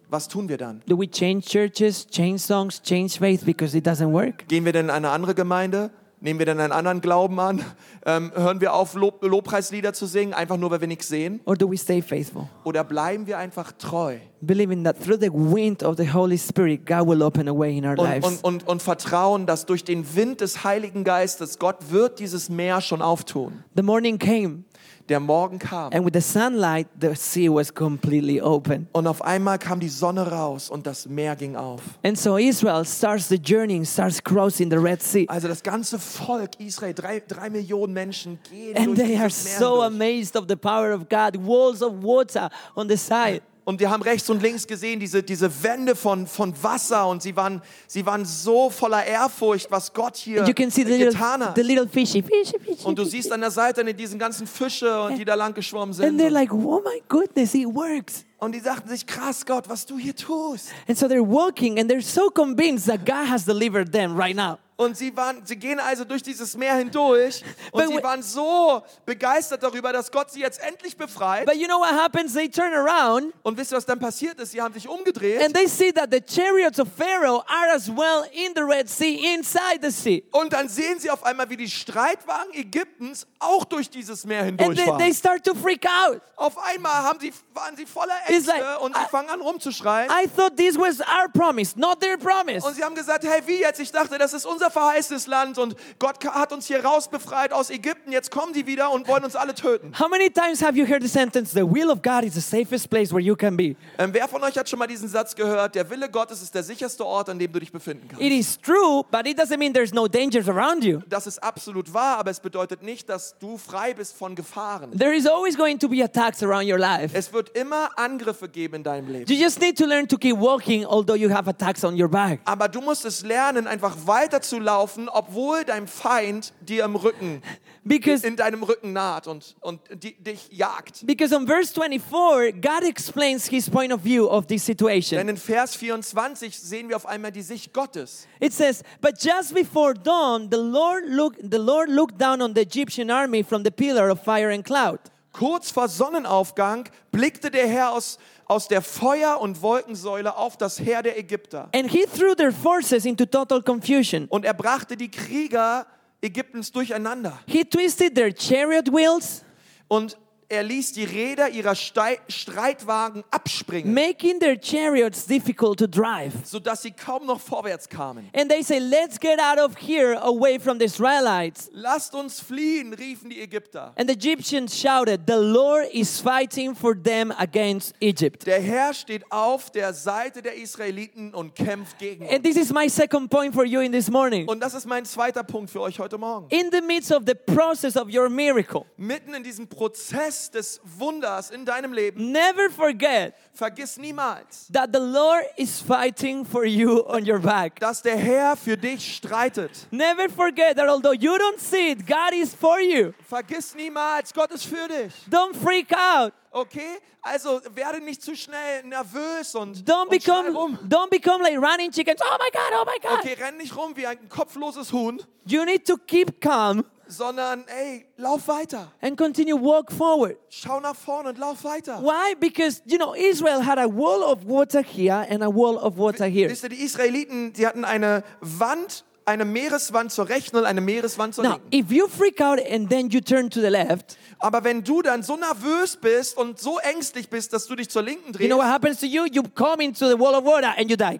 Was tun wir dann? Do we change churches, change songs, change faith because it doesn't work? Gehen wir denn in eine andere Gemeinde? Nehmen wir dann einen anderen Glauben an? Ähm, hören wir auf, Lob Lobpreislieder zu singen, einfach nur, weil wir nichts sehen? Or do we stay faithful, Oder bleiben wir einfach treu believing that through the wind of the Holy Spirit, God will open a way in our und, lives? und, und, und vertrauen, dass durch den Wind des Heiligen Geistes Gott wird dieses Meer schon auftun. the morning came, Der Morgen kam and with the sunlight, the sea was completely open. und auf einmal kam die Sonne raus und das Meer ging auf. And so Israel starts the journey and starts crossing the Red Sea. Also das ganze Volk Israel, drei, drei Millionen Menschen gehen And durch they are dieses Meer so hindurch. amazed of the power of God, walls of water on the side. Und wir haben rechts und links gesehen, diese, diese Wände von, von Wasser. Und sie waren, sie waren so voller Ehrfurcht, was Gott hier And you can see the getan little, hat. the little fishy, fishy, fishy. Und du siehst an der Seite diese ganzen Fische, und die da lang geschwommen and sind. they're Und, like, oh my goodness, it works. und die sagten sich, krass Gott, was du hier tust. And so they're walking and they're so convinced that God has delivered them right now. Und sie, waren, sie gehen also durch dieses Meer hindurch. Und But sie we- waren so begeistert darüber, dass Gott sie jetzt endlich befreit. But you know what happens? They turn around Und wisst ihr, was dann passiert ist? Sie haben sich umgedreht. and they see that the chariots of Pharaoh are as well in the Red Sea, inside the sea. Und dann sehen sie auf einmal, wie die Streitwagen Ägyptens auch durch dieses Meer And they, hindurchfahren. they start to freak out. Auf einmal haben sie, waren sie voller It's Ängste like, und sie I- fangen an rumzuschreien. I thought this was our promise, not their promise. und sie haben gesagt, hey, wie jetzt? Ich dachte, das ist unser verheißtes Land und Gott ka- hat uns hier rausbefreit aus Ägypten. Jetzt kommen die wieder und wollen uns alle töten. How many times have you heard the sentence, the will of God is the safest place where you can be? Ähm, wer von euch hat schon mal diesen Satz gehört? Der Wille Gottes ist der sicherste Ort, an dem du dich befinden kannst. It is true, but it doesn't mean there's no dangers around you. Das ist absolut wahr, aber es bedeutet nicht, dass du frei bist von Gefahren. There is always going to be attacks around your life. Es wird immer Angriffe geben in deinem Leben. You just need to learn to keep walking, although you have attacks on your back. Aber du musst es lernen, einfach weiterzulaufen, obwohl dein Feind dir im Rücken Because in deinem Rücken naht und, und die, dich jagt. Because on verse 24, God explains his point of view of this Denn situation. in Vers 24 sehen wir auf einmal die Sicht Gottes. It says, But just before dawn, the Lord, looked, the Lord looked down on the Egyptian army from the pillar of fire and cloud. Kurz vor Sonnenaufgang blickte der Herr aus, aus der Feuer- und Wolkensäule auf das Heer der Ägypter. And he threw their forces into total confusion. Und er brachte die Krieger Ägyptens durcheinander. He twisted their chariot wheels, Und er ließ die Räder ihrer Stei Streitwagen abspringen, making their chariots difficult to drive. sodass sie kaum noch vorwärts kamen. And they say, Let's get out of here, away from the Israelites. Lasst uns fliehen, riefen die Ägypter. And the Egyptians shouted, The Lord is fighting for them against Egypt. Der Herr steht auf der Seite der Israeliten und kämpft gegen uns. And this is my second point for you in this morning. Und das ist mein zweiter Punkt für euch heute Morgen. in the midst of the process of your miracle, Mitten in diesem Prozess Geist des Wunders in deinem Leben. Never forget Vergiss niemals, that the Lord is fighting for you on your back. dass der Herr für dich streitet. Never forget that although you don't see it, God is for you. Vergiss niemals, Gott ist für dich. Don't freak out. Okay? Also werde nicht zu schnell nervös und, Don't und schrei become rum. don't become like running chickens. Oh my god, oh my god. Okay, renn nicht rum wie ein kopfloses Huhn, You need to keep calm sondern ey, lauf weiter. and continue walk forward. Schau nach vorne und lauf weiter. Why? Because you know Israel had a wall of water here and a wall of water here. Wisst ihr, die Israeliten, die hatten eine Wand, eine Meereswand zur rechten und eine Meereswand zur Now, linken. if you freak out and then you turn to the left, Aber wenn du dann so nervös bist und so ängstlich bist, dass du dich zur linken you drehst know what happens to you? You come into the wall of water and you die.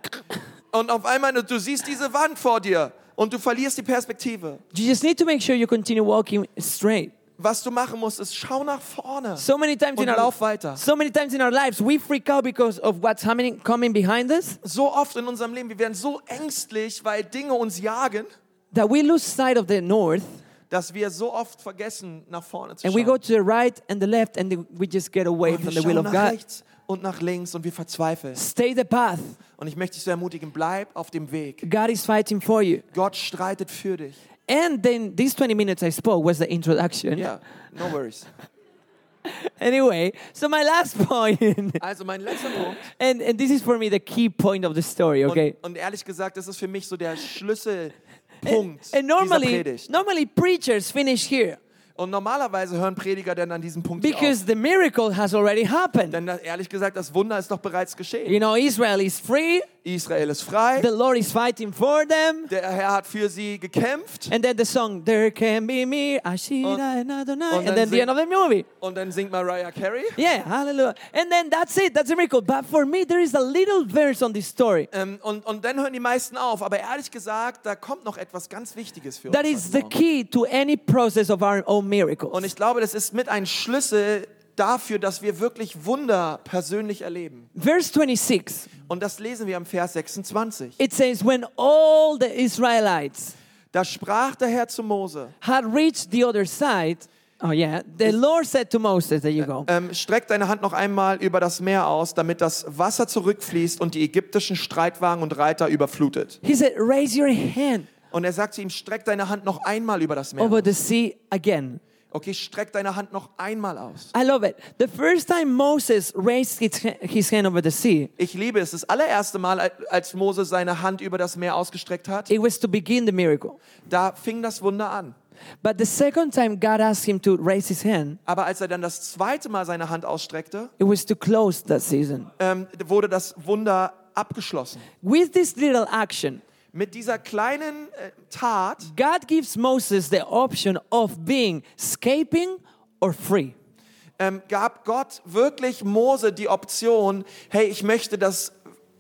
und auf einmal du siehst diese Wand vor dir und du verlierst die Perspektive. You just need to make sure you continue walking straight. Was du machen musst, ist schau nach vorne. So many times Und in our lauf weiter. So many times in our lives we freak out because of what's happening coming behind us So oft in unserem Leben, wir werden so ängstlich, weil Dinge uns jagen, that we lose sight of the north dass wir so oft vergessen, nach vorne zu and we go schauen. to the right and the left and then we just get away Und wir from the will schauen of nach God. rechts und nach links und wir verzweifeln. Stay the path. Und ich möchte dich so ermutigen, bleib auf dem Weg. God is fighting for you. Gott streitet für dich. And then these 20 minutes I spoke was the introduction. Ja, no worries. Anyway, so my last point, and, Also mein letzter Punkt. and this is for me the key point of the story, Und, okay? und ehrlich gesagt, das ist für mich so der and, Schlüsselpunkt and dieser Äh, normally, Predigt. normally preachers finish here Und normalerweise hören Prediger dann an diesem Punkt hier auf. because the miracle has already happened. Denn das, ehrlich gesagt, das Wunder ist doch bereits geschehen. You know, Israel is free, Israel ist frei. the Lord is fighting for them. Der Herr hat für sie gekämpft. And then the song, There Can Be Me, Ashira and Adonai. und And then dann the end of the movie. Und dann singt Mariah Carey. Yeah, hallelujah. And then that's it, that's a miracle. But for me, there is a little verse on this story Ähm, und, und dann hören die meisten auf. Aber ehrlich gesagt, da kommt noch etwas ganz Wichtiges für that uns. is heute the Morgen. key to any process of our own Und miracles. ich glaube, das ist mit ein Schlüssel dafür, dass wir wirklich Wunder persönlich erleben. Verse 26, Und das lesen wir am Vers 26. it says, When all the Israelites Da sprach der Herr zu Mose, had reached the other side, oh yeah, the Lord said to Moses, There you go. ähm, streck deine Hand noch einmal über das Meer aus, damit das Wasser zurückfließt und die ägyptischen Streitwagen und Reiter überflutet. He said, Raise your hand Und er sagt zu ihm, streck deine Hand noch einmal über das Meer. over the sea again. Okay, streck deine Hand noch einmal aus. I love it. The first time Moses raised his, ha- his hand over the sea, Ich liebe es. Das allererste Mal, al- als Mose seine Hand über das Meer ausgestreckt hat, it was to begin the miracle. da fing das Wunder an. But the second time God asked him to raise his hand, Aber als er dann das zweite Mal seine Hand ausstreckte, it was to close that season. ähm, wurde das Wunder abgeschlossen. With this little action, Mit dieser kleinen äh, Tat God gives Moses the option of being escaping or free. ähm, gab Gott wirklich Mose die Option, hey, ich möchte, dass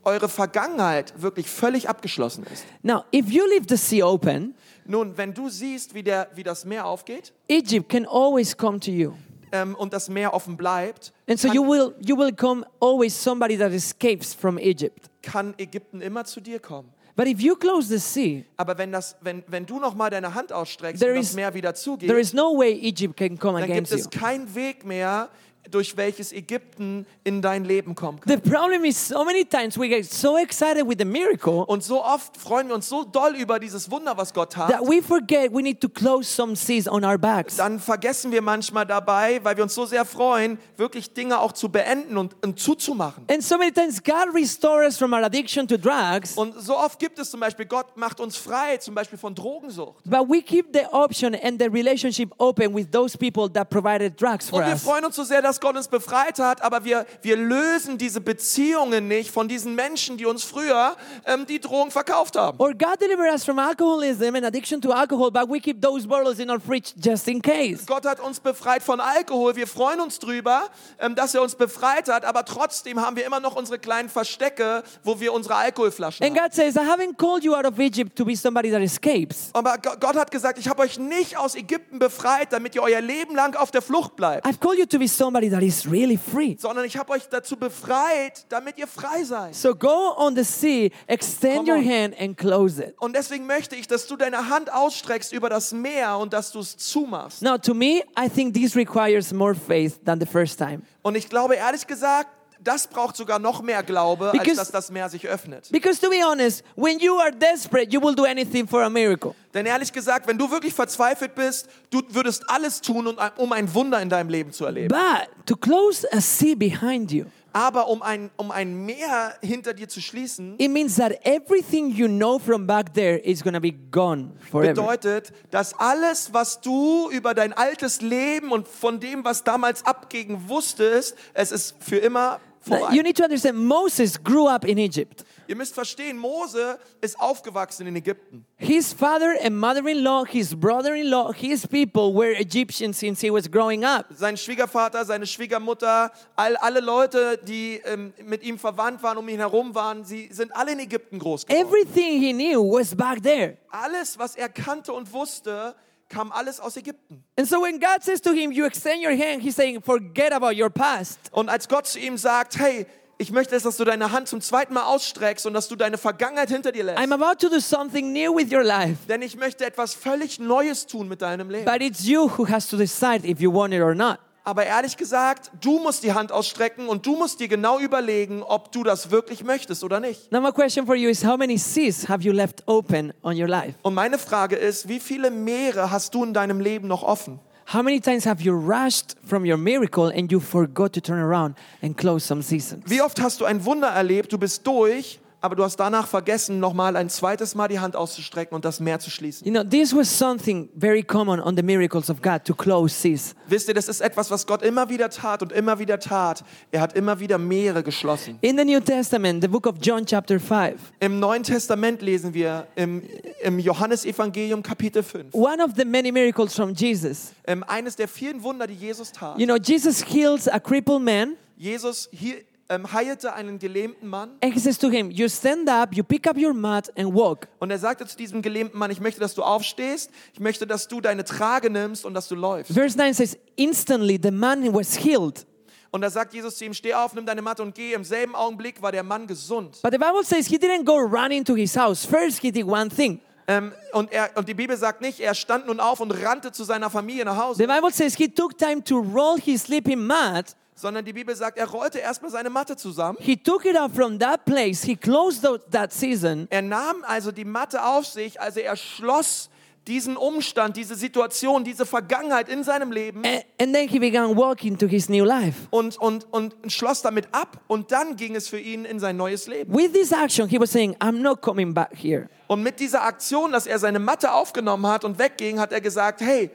eure Vergangenheit wirklich völlig abgeschlossen ist. Now, if you leave the sea open, Nun, wenn du siehst, wie, der, wie das Meer aufgeht Egypt can always come to you. ähm, und das Meer offen bleibt, And so you will you will come always somebody that escapes from Egypt. kann Ägypten immer zu dir kommen. But if you close the sea, Aber wenn, das, wenn, wenn du nochmal deine Hand ausstreckst There und das is- Meer wieder there zugeht, is no way Egypt can come dann gibt against you. es keinen Weg mehr, durch welches Ägypten in dein Leben kommen kann. The problem is so many times we get so excited with the miracle Und so oft freuen wir uns so doll über dieses Wunder, was Gott hat, that we forget we need to close some seas on our backs. dann vergessen wir manchmal dabei, weil wir uns so sehr freuen, wirklich Dinge auch zu beenden und, und zuzumachen. And so many times God restores us from our addiction to drugs, Und so oft gibt es zum Beispiel, Gott macht uns frei, zum Beispiel von Drogensucht. but we keep the option and the relationship open with those people that provided drugs for Und wir us. freuen uns so sehr, dass Gott uns befreit hat, aber wir, wir lösen diese Beziehungen nicht von diesen Menschen, die uns früher ähm, die Drogen verkauft haben. Or God delivered us from alcoholism and addiction to alcohol, but we keep those bottles in our fridge just in case. Gott hat uns befreit von Alkohol. Wir freuen uns drüber, ähm, dass er uns befreit hat, aber trotzdem haben wir immer noch unsere kleinen Verstecke, wo wir unsere Alkoholflaschen And haben. God says, I haven't called you out of Egypt to be somebody that escapes. Aber G- Gott hat gesagt, ich habe euch nicht aus Ägypten befreit, damit ihr euer Leben lang auf der Flucht bleibt. I've called you to be somebody somebody that is really free. sondern ich habe euch dazu befreit, damit ihr frei seid. So go on the sea, extend Come your on. hand and close it. Und deswegen möchte ich, dass du deine Hand ausstreckst über das Meer und dass du es zumachst. Now, to me, I think this requires more faith than the first time. Und ich glaube, ehrlich gesagt, das braucht sogar noch mehr Glaube, Because- als dass das Meer sich öffnet. Because to be honest, when you are desperate, you will do anything for a miracle. Denn ehrlich gesagt, wenn du wirklich verzweifelt bist, du würdest alles tun, um ein- um ein Wunder in deinem Leben zu erleben. But to close a sea behind you, Aber um ein, um ein Meer hinter dir zu schließen, it means that everything you know from back there is going to be gone forever. bedeutet, dass alles, was du über dein altes Leben und von dem, was damals abging, wusstest, es ist für immer You vorbei. need to understand Moses grew up in Egypt. Ihr müsst verstehen, Mose ist aufgewachsen in Ägypten. His father and mother in law, his brother in law, his people were Egyptians since he was growing up. Sein Schwiegervater, seine Schwiegermutter, all, alle Leute, die ähm, mit ihm verwandt waren, um ihn herum waren, sie sind alle in Ägypten groß geworden. Everything he knew was back there. alles, was er kannte und wusste, kam alles aus Ägypten. And so when God says to him, You extend your hand, he's saying, Forget about your past. Und als Gott zu ihm sagt, hey, ich möchte jetzt, dass du deine Hand zum zweiten Mal ausstreckst und dass du deine Vergangenheit hinter dir lässt. I'm about to do something new with your life, Denn ich möchte etwas völlig Neues tun mit deinem Leben. but it's you who has to decide if you want it or not. Aber ehrlich gesagt, du musst die Hand ausstrecken und du musst dir genau überlegen, ob du das wirklich möchtest oder nicht. Now, my question for you is How many seas have you left open on your life? Und meine Frage ist, wie viele Meere hast du in deinem Leben noch offen? How many times have you rushed from your miracle and you forgot to turn around and close some seasons? Wie oft hast du ein Wunder erlebt, du bist durch, aber du hast danach vergessen, nochmal ein zweites Mal die Hand auszustrecken und das Meer zu schließen? You know, this was something very common on the miracles of God to close seas. Wisst ihr, das ist etwas, was Gott immer wieder tat und immer wieder tat. Er hat immer wieder Meere geschlossen. In the New Testament, the book of John, chapter 5, Im Neuen Testament lesen wir im, im Johannesevangelium Kapitel 5. one of the many miracles from Jesus, Ähm, eines der vielen Wunder, die Jesus tat. you know, Jesus heals a crippled man Jesus hier, ähm, heilte einen gelähmten Mann and he says to him, You stand up, you pick up your mat and walk. und er sagte zu diesem gelähmten Mann, ich möchte, dass du aufstehst, ich möchte, dass du deine Trage nimmst und dass du läufst. Verse 9 says, Instantly the man was healed. Und da sagt Jesus zu ihm, steh auf, nimm deine Matte und geh. Im selben Augenblick war der Mann gesund. But the Bible says he didn't go running to his house. First, he did one thing. Ähm, und, er, und die Bibel sagt nicht, er stand nun auf und rannte zu seiner Familie nach Hause, The Bible says he took time to roll his sleeping mat. sondern die Bibel sagt, er rollte erstmal seine Matte zusammen. He took it up from that place. He closed tho- that season. Er nahm also die Matte auf sich, also er schloss diesen Umstand, diese Situation, diese Vergangenheit in seinem Leben a- And then he began walking to his new life. und, und, und schloss damit ab und dann ging es für ihn in sein neues Leben. With this action, he was saying, I'm not coming back here. Und mit dieser Aktion, dass er seine Matte aufgenommen hat und wegging, hat er gesagt, hey,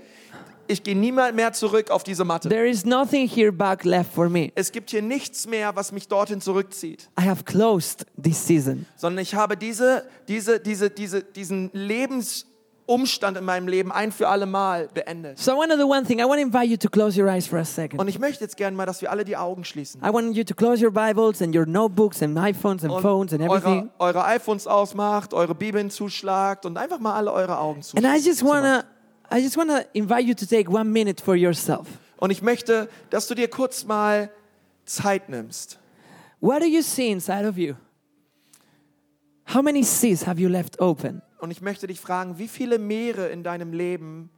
ich gehe niemals mehr zurück auf diese Matte. There is nothing here back left for me. Es gibt hier nichts mehr, was mich dorthin zurückzieht, I have closed this season. sondern ich habe diese, diese, diese, diese, diesen Lebensumstand in meinem Leben ein für alle Mal beendet. So I want to do one thing. I want to invite you to close your eyes for a second. Und ich möchte jetzt gerne mal, dass wir alle die Augen schließen. I want you to close your Bibles and your notebooks and iPhones and und phones and everything. eure, eure iPhones ausmacht, eure Bibeln zuschlagt und einfach mal alle eure Augen And I zuschlagt. just wanna, I just wanna invite you to take one minute for yourself. Und ich möchte, dass du dir kurz mal Zeit nimmst. What do you see inside of you? How many seas have you left open? Und ich möchte dich fragen, wie viele Meere in deinem Leben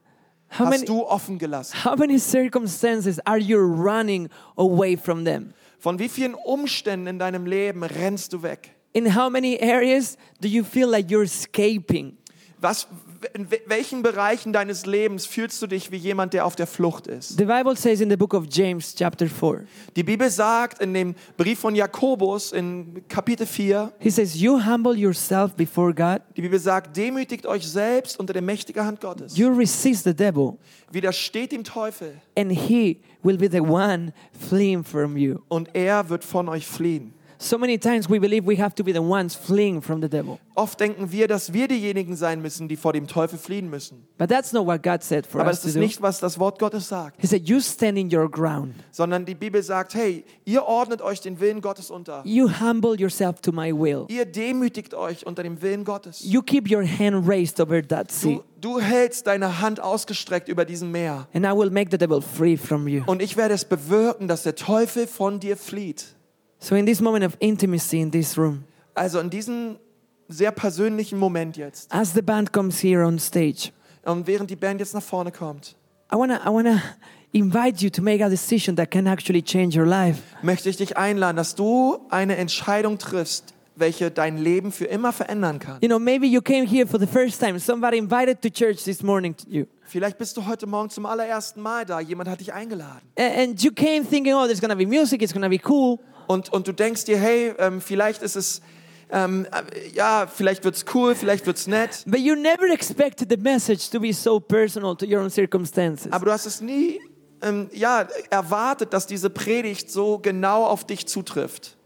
How hast many, du offen gelassen? how many circumstances are you running away from them? Von wie vielen Umständen in deinem Leben rennst du weg? In how many areas do you feel like you're escaping? Was, in we- welchen Bereichen deines Lebens fühlst du dich wie jemand, der auf der Flucht ist? The Bible says in the book of James, chapter 4, Die Bibel sagt in dem Brief von Jakobus in Kapitel 4, he says, You humble yourself before God, die Bibel sagt, demütigt euch selbst unter der mächtigen Hand Gottes. you resist the devil, Widersteht dem Teufel and he will be the one fleeing from you. und er wird von euch fliehen. So many times we believe we have to be the ones fleeing from the devil. Oft denken wir, dass wir diejenigen sein müssen, die vor dem Teufel fliehen müssen. But that's not what God said for Aber das us to ist do. nicht, was das Wort Gottes sagt, He said, You stand in your ground. sondern die Bibel sagt, hey, ihr ordnet euch den Willen Gottes unter. You humble yourself to my will. Ihr demütigt euch unter dem Willen Gottes. You keep your hand raised over that sea. Du, du hältst deine Hand ausgestreckt über diesem Meer. And I will make the devil free from you. Und ich werde es bewirken, dass der Teufel von dir flieht. So, in this moment of intimacy in this room, Also in diesem sehr persönlichen Moment jetzt. as the band comes here on stage, Und während die Band jetzt nach vorne kommt, I wanna, I wanna invite you to make a decision that can actually change your life. möchte ich dich einladen, dass du eine Entscheidung triffst, welche dein Leben für immer verändern kann. You know, maybe you came here for the first time. Somebody invited to church this morning to you. Vielleicht bist du heute Morgen zum allerersten Mal da. Jemand hat dich eingeladen. A- And you came thinking, oh, there's gonna be music, it's gonna be cool. Und, und du denkst dir, hey, ähm, vielleicht ist es, ähm, äh, ja, vielleicht wird's cool, vielleicht wird's nett. But you never expected the message to be so personal to your own circumstances. Aber du hast es nie ähm, ja, erwartet, dass diese Predigt so genau auf dich zutrifft.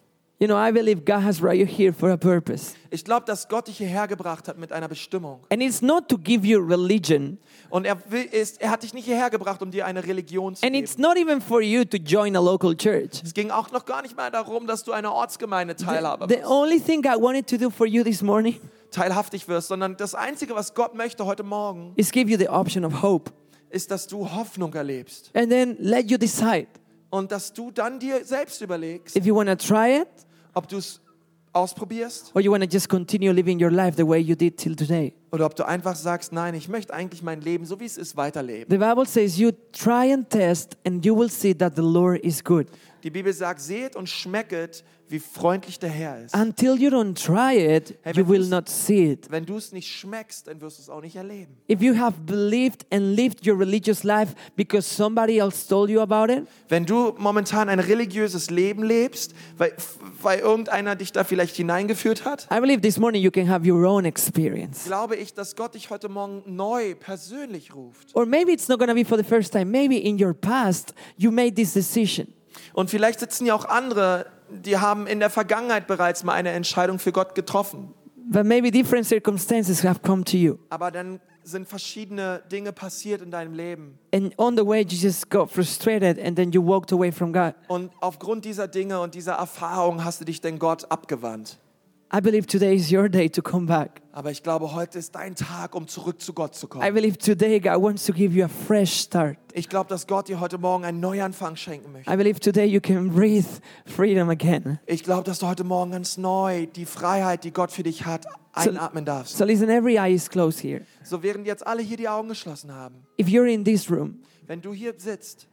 You know, I believe God has brought you here for a purpose. Ich glaube, dass Gott dich hierher gebracht hat mit einer Bestimmung. And it's not to give you religion, Und er, will, ist, er hat dich nicht hierher gebracht, um dir eine Religion zu and geben. it's not even for you to join a local church. Es ging auch noch gar nicht mal darum, dass du einer Ortsgemeinde Teilhaber The bist, only thing I wanted to do for you this morning teilhaftig wirst, sondern das Einzige, was Gott möchte heute Morgen, is give you the option of hope ist, dass du Hoffnung erlebst. and then let you decide Und dass du dann dir selbst überlegst, if you want to try it ob du es ausprobierst or you want to just continue living your life the way you did till today. oder ob du einfach sagst, nein, ich möchte eigentlich mein Leben, so wie es ist, weiterleben. The Bible says you try and test and you will see that the Lord is good. Die Bibel sagt, seht und schmecket, wie freundlich der Herr ist. Until you don't try it, Hey, you wenn will du's- not see it. Wenn du es nicht schmeckst, dann wirst du es auch nicht erleben. If you have believed and lived your religious life because somebody else told you about it, Wenn du momentan ein religiöses Leben lebst, weil, weil irgendeiner dich da vielleicht hineingeführt hat, I believe this morning you can have your own experience. glaube ich, dass Gott dich heute Morgen neu persönlich ruft. Or maybe it's not going to be for the first time. Maybe in your past you made this decision. Und vielleicht sitzen ja auch andere, die haben in der Vergangenheit bereits mal eine Entscheidung für Gott getroffen. But maybe different circumstances have come to you. Aber dann sind verschiedene Dinge passiert in deinem Leben. And on the way, you just got frustrated and then you walked away from God. Und aufgrund dieser Dinge und dieser Erfahrung hast du dich denn Gott abgewandt. I believe today is your day to come back. Aber ich glaube, heute ist dein Tag, um zurück zu Gott zu I kommen. believe today God wants to give you a fresh start. Ich glaube, dass Gott dir heute Morgen einen Neuanfang schenken möchte. I believe today you can breathe freedom again. Ich glaube, dass du heute Morgen ganz neu die Freiheit, die Gott für dich hat, einatmen darfst. So listen, every eye is closed here. So während jetzt alle hier die Augen geschlossen haben, If you're in this room wenn du hier sitzt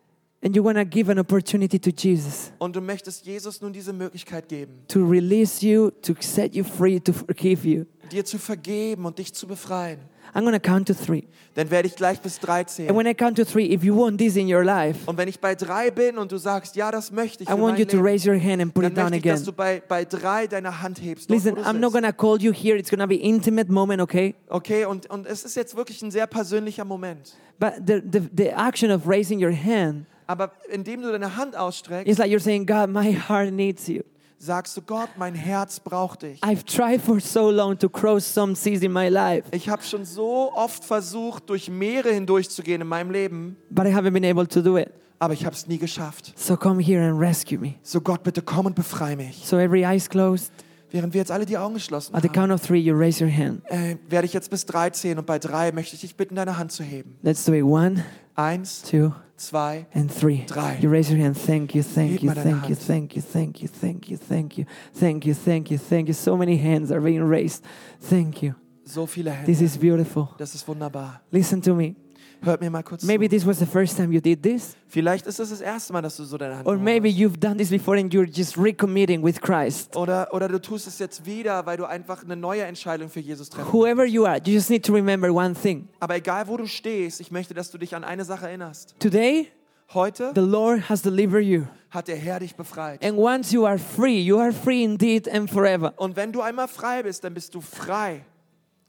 and you want to give an opportunity to Jesus und du möchtest Jesus nun diese Möglichkeit geben, to release you, to set you free, to forgive you, dir zu vergeben und dich zu befreien, I'm going to count to three. dann werde ich gleich bis drei And zählen. when I count to three, if you want this in your life, Und wenn ich bei drei bin und du sagst, ja, das möchte ich, I für want mein you to Leben, raise your hand and put dann it down möchte ich, dass again. du bei, bei drei deine Hand hebst. dort, Listen, wo du I'm not sitzt. gonna call you here. It's gonna be intimate moment, okay? Okay, und, und es ist jetzt wirklich ein sehr persönlicher Moment. But the, the, the action of raising your hand Aber indem du deine Hand ausstreckst, is like you're saying, God, my heart needs you. sagst du, Gott, mein Herz braucht dich. I've tried for so long to cross some seas in my life, Ich habe schon so oft versucht, durch Meere hindurchzugehen in meinem Leben, but I haven't been able to do it. aber ich habe es nie geschafft. So come here and rescue me. So Gott, bitte komm und befreie mich. So every eye's closed. Während wir jetzt alle die Augen geschlossen At the haben, count of three, you raise your hand. äh, werde ich jetzt bis drei zählen und bei drei möchte ich dich bitten, deine Hand zu heben. Let's do it. One, Eins, two, zwei. and three. Drei. You raise your hand. Thank you, thank Heb you, mal deine thank you, Hand. thank you, thank you, thank you, thank you, thank you, thank you, thank you. So many hands are being raised. Thank you. So viele Hände. This is beautiful. Das ist wunderbar. Listen to me. Hört mir mal kurz Maybe zu. this was the first time you did this, Vielleicht ist es das erste Mal, dass du so deine Hand or gehoben maybe hast. you've done this before and you're just recommitting with Christ. Oder, oder du tust es jetzt wieder, weil du einfach eine neue Entscheidung für Jesus treffen Whoever you are, you just need to remember one thing. Aber egal, wo du stehst, ich möchte, dass du dich an eine Sache erinnerst. Today, Heute the Lord has delivered you. hat der Herr dich befreit. And once you are free, you are free indeed and forever. Und wenn du einmal frei bist, dann bist du frei.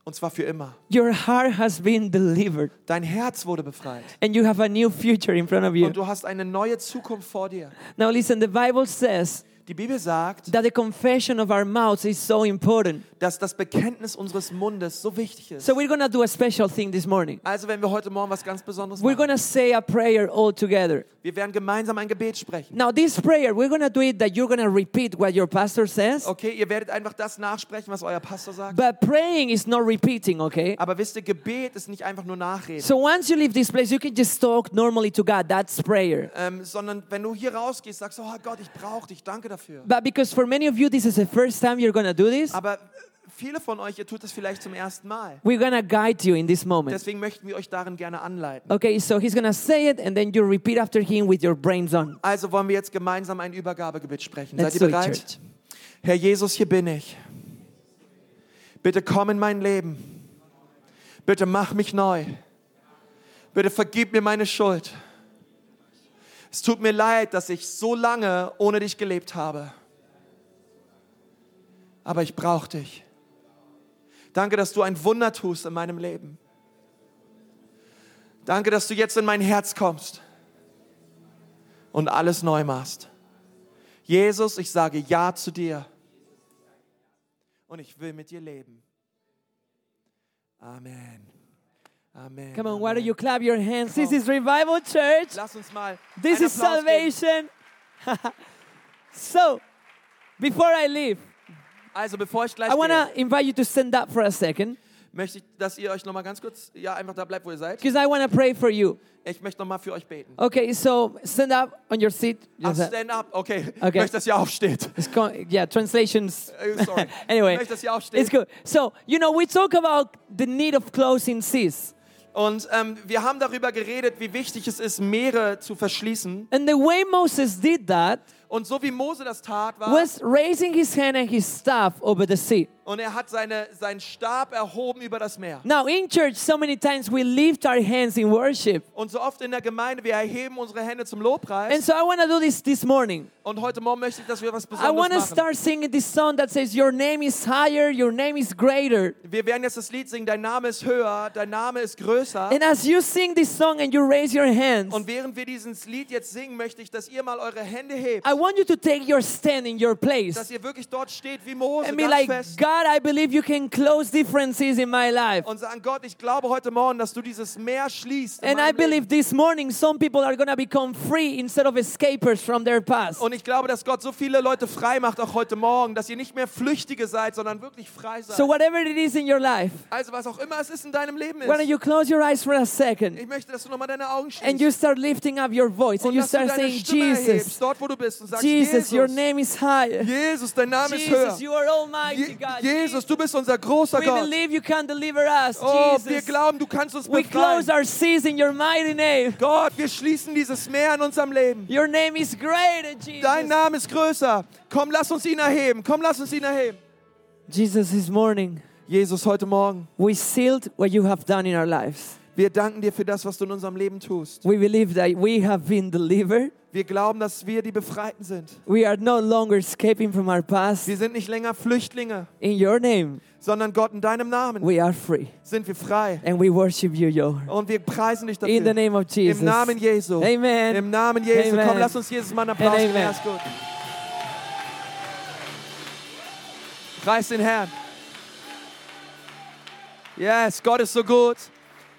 Und zwar für immer. Your heart has been delivered, Dein Herz wurde befreit. and you have a new future in front of you. Und du hast eine neue Zukunft vor dir. Now, listen, the Bible says Die Bibel sagt, that the confession of our mouths is so important. dass das Bekenntnis unseres Mundes so wichtig ist. So we're going to do a special thing this morning. Also wenn wir heute Morgen was ganz Besonderes We're machen, going to say a prayer all together. wir werden gemeinsam ein Gebet sprechen. Now, this prayer, we're going to do it that you're going to repeat what your pastor says. Okay, ihr werdet einfach das nachsprechen, was euer Pastor sagt. But praying is not repeating, okay? Aber wisst ihr, Gebet ist nicht einfach nur Nachreden, So once you leave this place, you can just talk normally to God. That's prayer. ähm, sondern wenn du hier rausgehst, sagst du, oh Gott, ich brauche dich, danke dafür. But because for many of you, this is the first time you're going to do this, Aber viele von euch, ihr tut das vielleicht zum ersten Mal. we're going to guide you in this moment. Deswegen möchten wir euch darin gerne anleiten. Okay, so he's going to say it, and then you repeat after him with your brains on. Also wollen wir jetzt gemeinsam ein Übergabegebet sprechen. Let's Seid do ihr it, bereit? church. Herr Jesus, hier bin ich. Bitte komm in mein Leben. Bitte mach mich neu. Bitte vergib mir meine Schuld. Es tut mir leid, dass ich so lange ohne dich gelebt habe. Aber ich brauche dich. Danke, dass du ein Wunder tust in meinem Leben. Danke, dass du jetzt in mein Herz kommst und alles neu machst. Jesus, ich sage Ja zu dir und ich will mit dir leben. Amen. Amen. Come on, Amen. why don't you clap your hands? Come This on. is Revival Church. Lass uns mal. This einen is Applaus geben. salvation. so, before I leave, Also bevor ich gleich I want gehe, to invite you to stand up for a second möchte ich, dass ihr euch nochmal ganz kurz, ja, einfach da bleibt, wo ihr seid. because I want to pray for you. Ich möchte nochmal für euch beten. Okay, so stand up on your seat. Ach, Yes, uh, stand up, okay. Ich Okay. möchte, dass ihr aufsteht. it's con- yeah, translations. Äh, Sorry. Anyway, Ich möchte, dass ihr It's aufsteht. good. So, you know, we talk about the need of closing seas. Und ähm, wir haben darüber geredet, wie wichtig es ist, Meere zu verschließen. And the way Moses did that Und so wie Mose das tat, war, was raising his hand and his staff over the sea. und er hat seine, seinen Stab erhoben über das Meer. Now, in church, so many times we lift our hands in worship. Und so oft in der Gemeinde, wir erheben unsere Hände zum Lobpreis. And so I want to do this this morning. Und heute Morgen möchte ich, dass wir was I want to Besonderes machen. start singing this song that says, Your name is higher, your name is greater. Wir werden jetzt das Lied singen, dein Name ist höher, dein Name ist größer. And as you sing this song and you raise your hands, Und während wir dieses Lied jetzt singen, möchte ich, dass ihr mal eure Hände hebt, I want you to take your stand in your dass place ihr wirklich dort steht wie Mose and be ganz like, fest God, I believe you can close differences in my life. und sagen, Gott, ich glaube heute Morgen, dass du dieses Meer schließt. in And I meinem Leben. believe this morning some people are going to become free instead of escapers from their past. Und ich glaube, dass Gott so viele Leute frei macht, auch heute Morgen, dass ihr nicht mehr Flüchtige seid, sondern wirklich frei seid. So, whatever it is in your life, also was auch immer es ist in deinem Leben why don't ist. you close your eyes for a second Ich möchte, dass du nochmal deine Augen schließt and you start lifting up your voice and und you dass du start deine saying, Stimme Jesus, erhebst, dort wo du bist und sagst, Jesus, your Jesus, name is higher. Jesus dein Name ist höher. Jesus, you are almighty Je God. Jesus, du bist unser großer we Gott. believe you can deliver us. Oh, wir Jesus, glauben, du kannst uns we befreien. close our seas in your mighty name. Gott, wir schließen dieses Meer in unserem Leben. Your name is greater, Jesus. Dein Name ist größer. Komm, lass uns ihn erheben. Komm, lass uns ihn erheben. Jesus, this morning Jesus, heute Morgen, we sealed what you have done in our lives. wir danken dir für das, was du in unserem Leben tust. We believe that we have been delivered. Wir glauben, dass wir die Befreiten sind. We are no longer escaping from our past. Wir sind nicht länger Flüchtlinge, In your name, sondern Gott, in deinem Namen we are free. sind wir frei. And we worship you, Lord. Und wir preisen dich In the dafür. name of Jesus. Im Namen Jesu. Amen. Im Namen Jesu. Amen. Komm, lass uns Jesus mal einen Applaus geben. Amen. Er ist gut. Preis den Herrn. Yes, Gott ist so gut.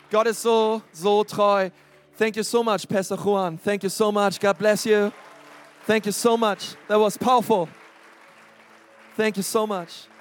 Gott ist so, so treu. Thank you so much, Pastor Juan. Thank you so much. God bless you. Thank you so much. That was powerful. Thank you so much.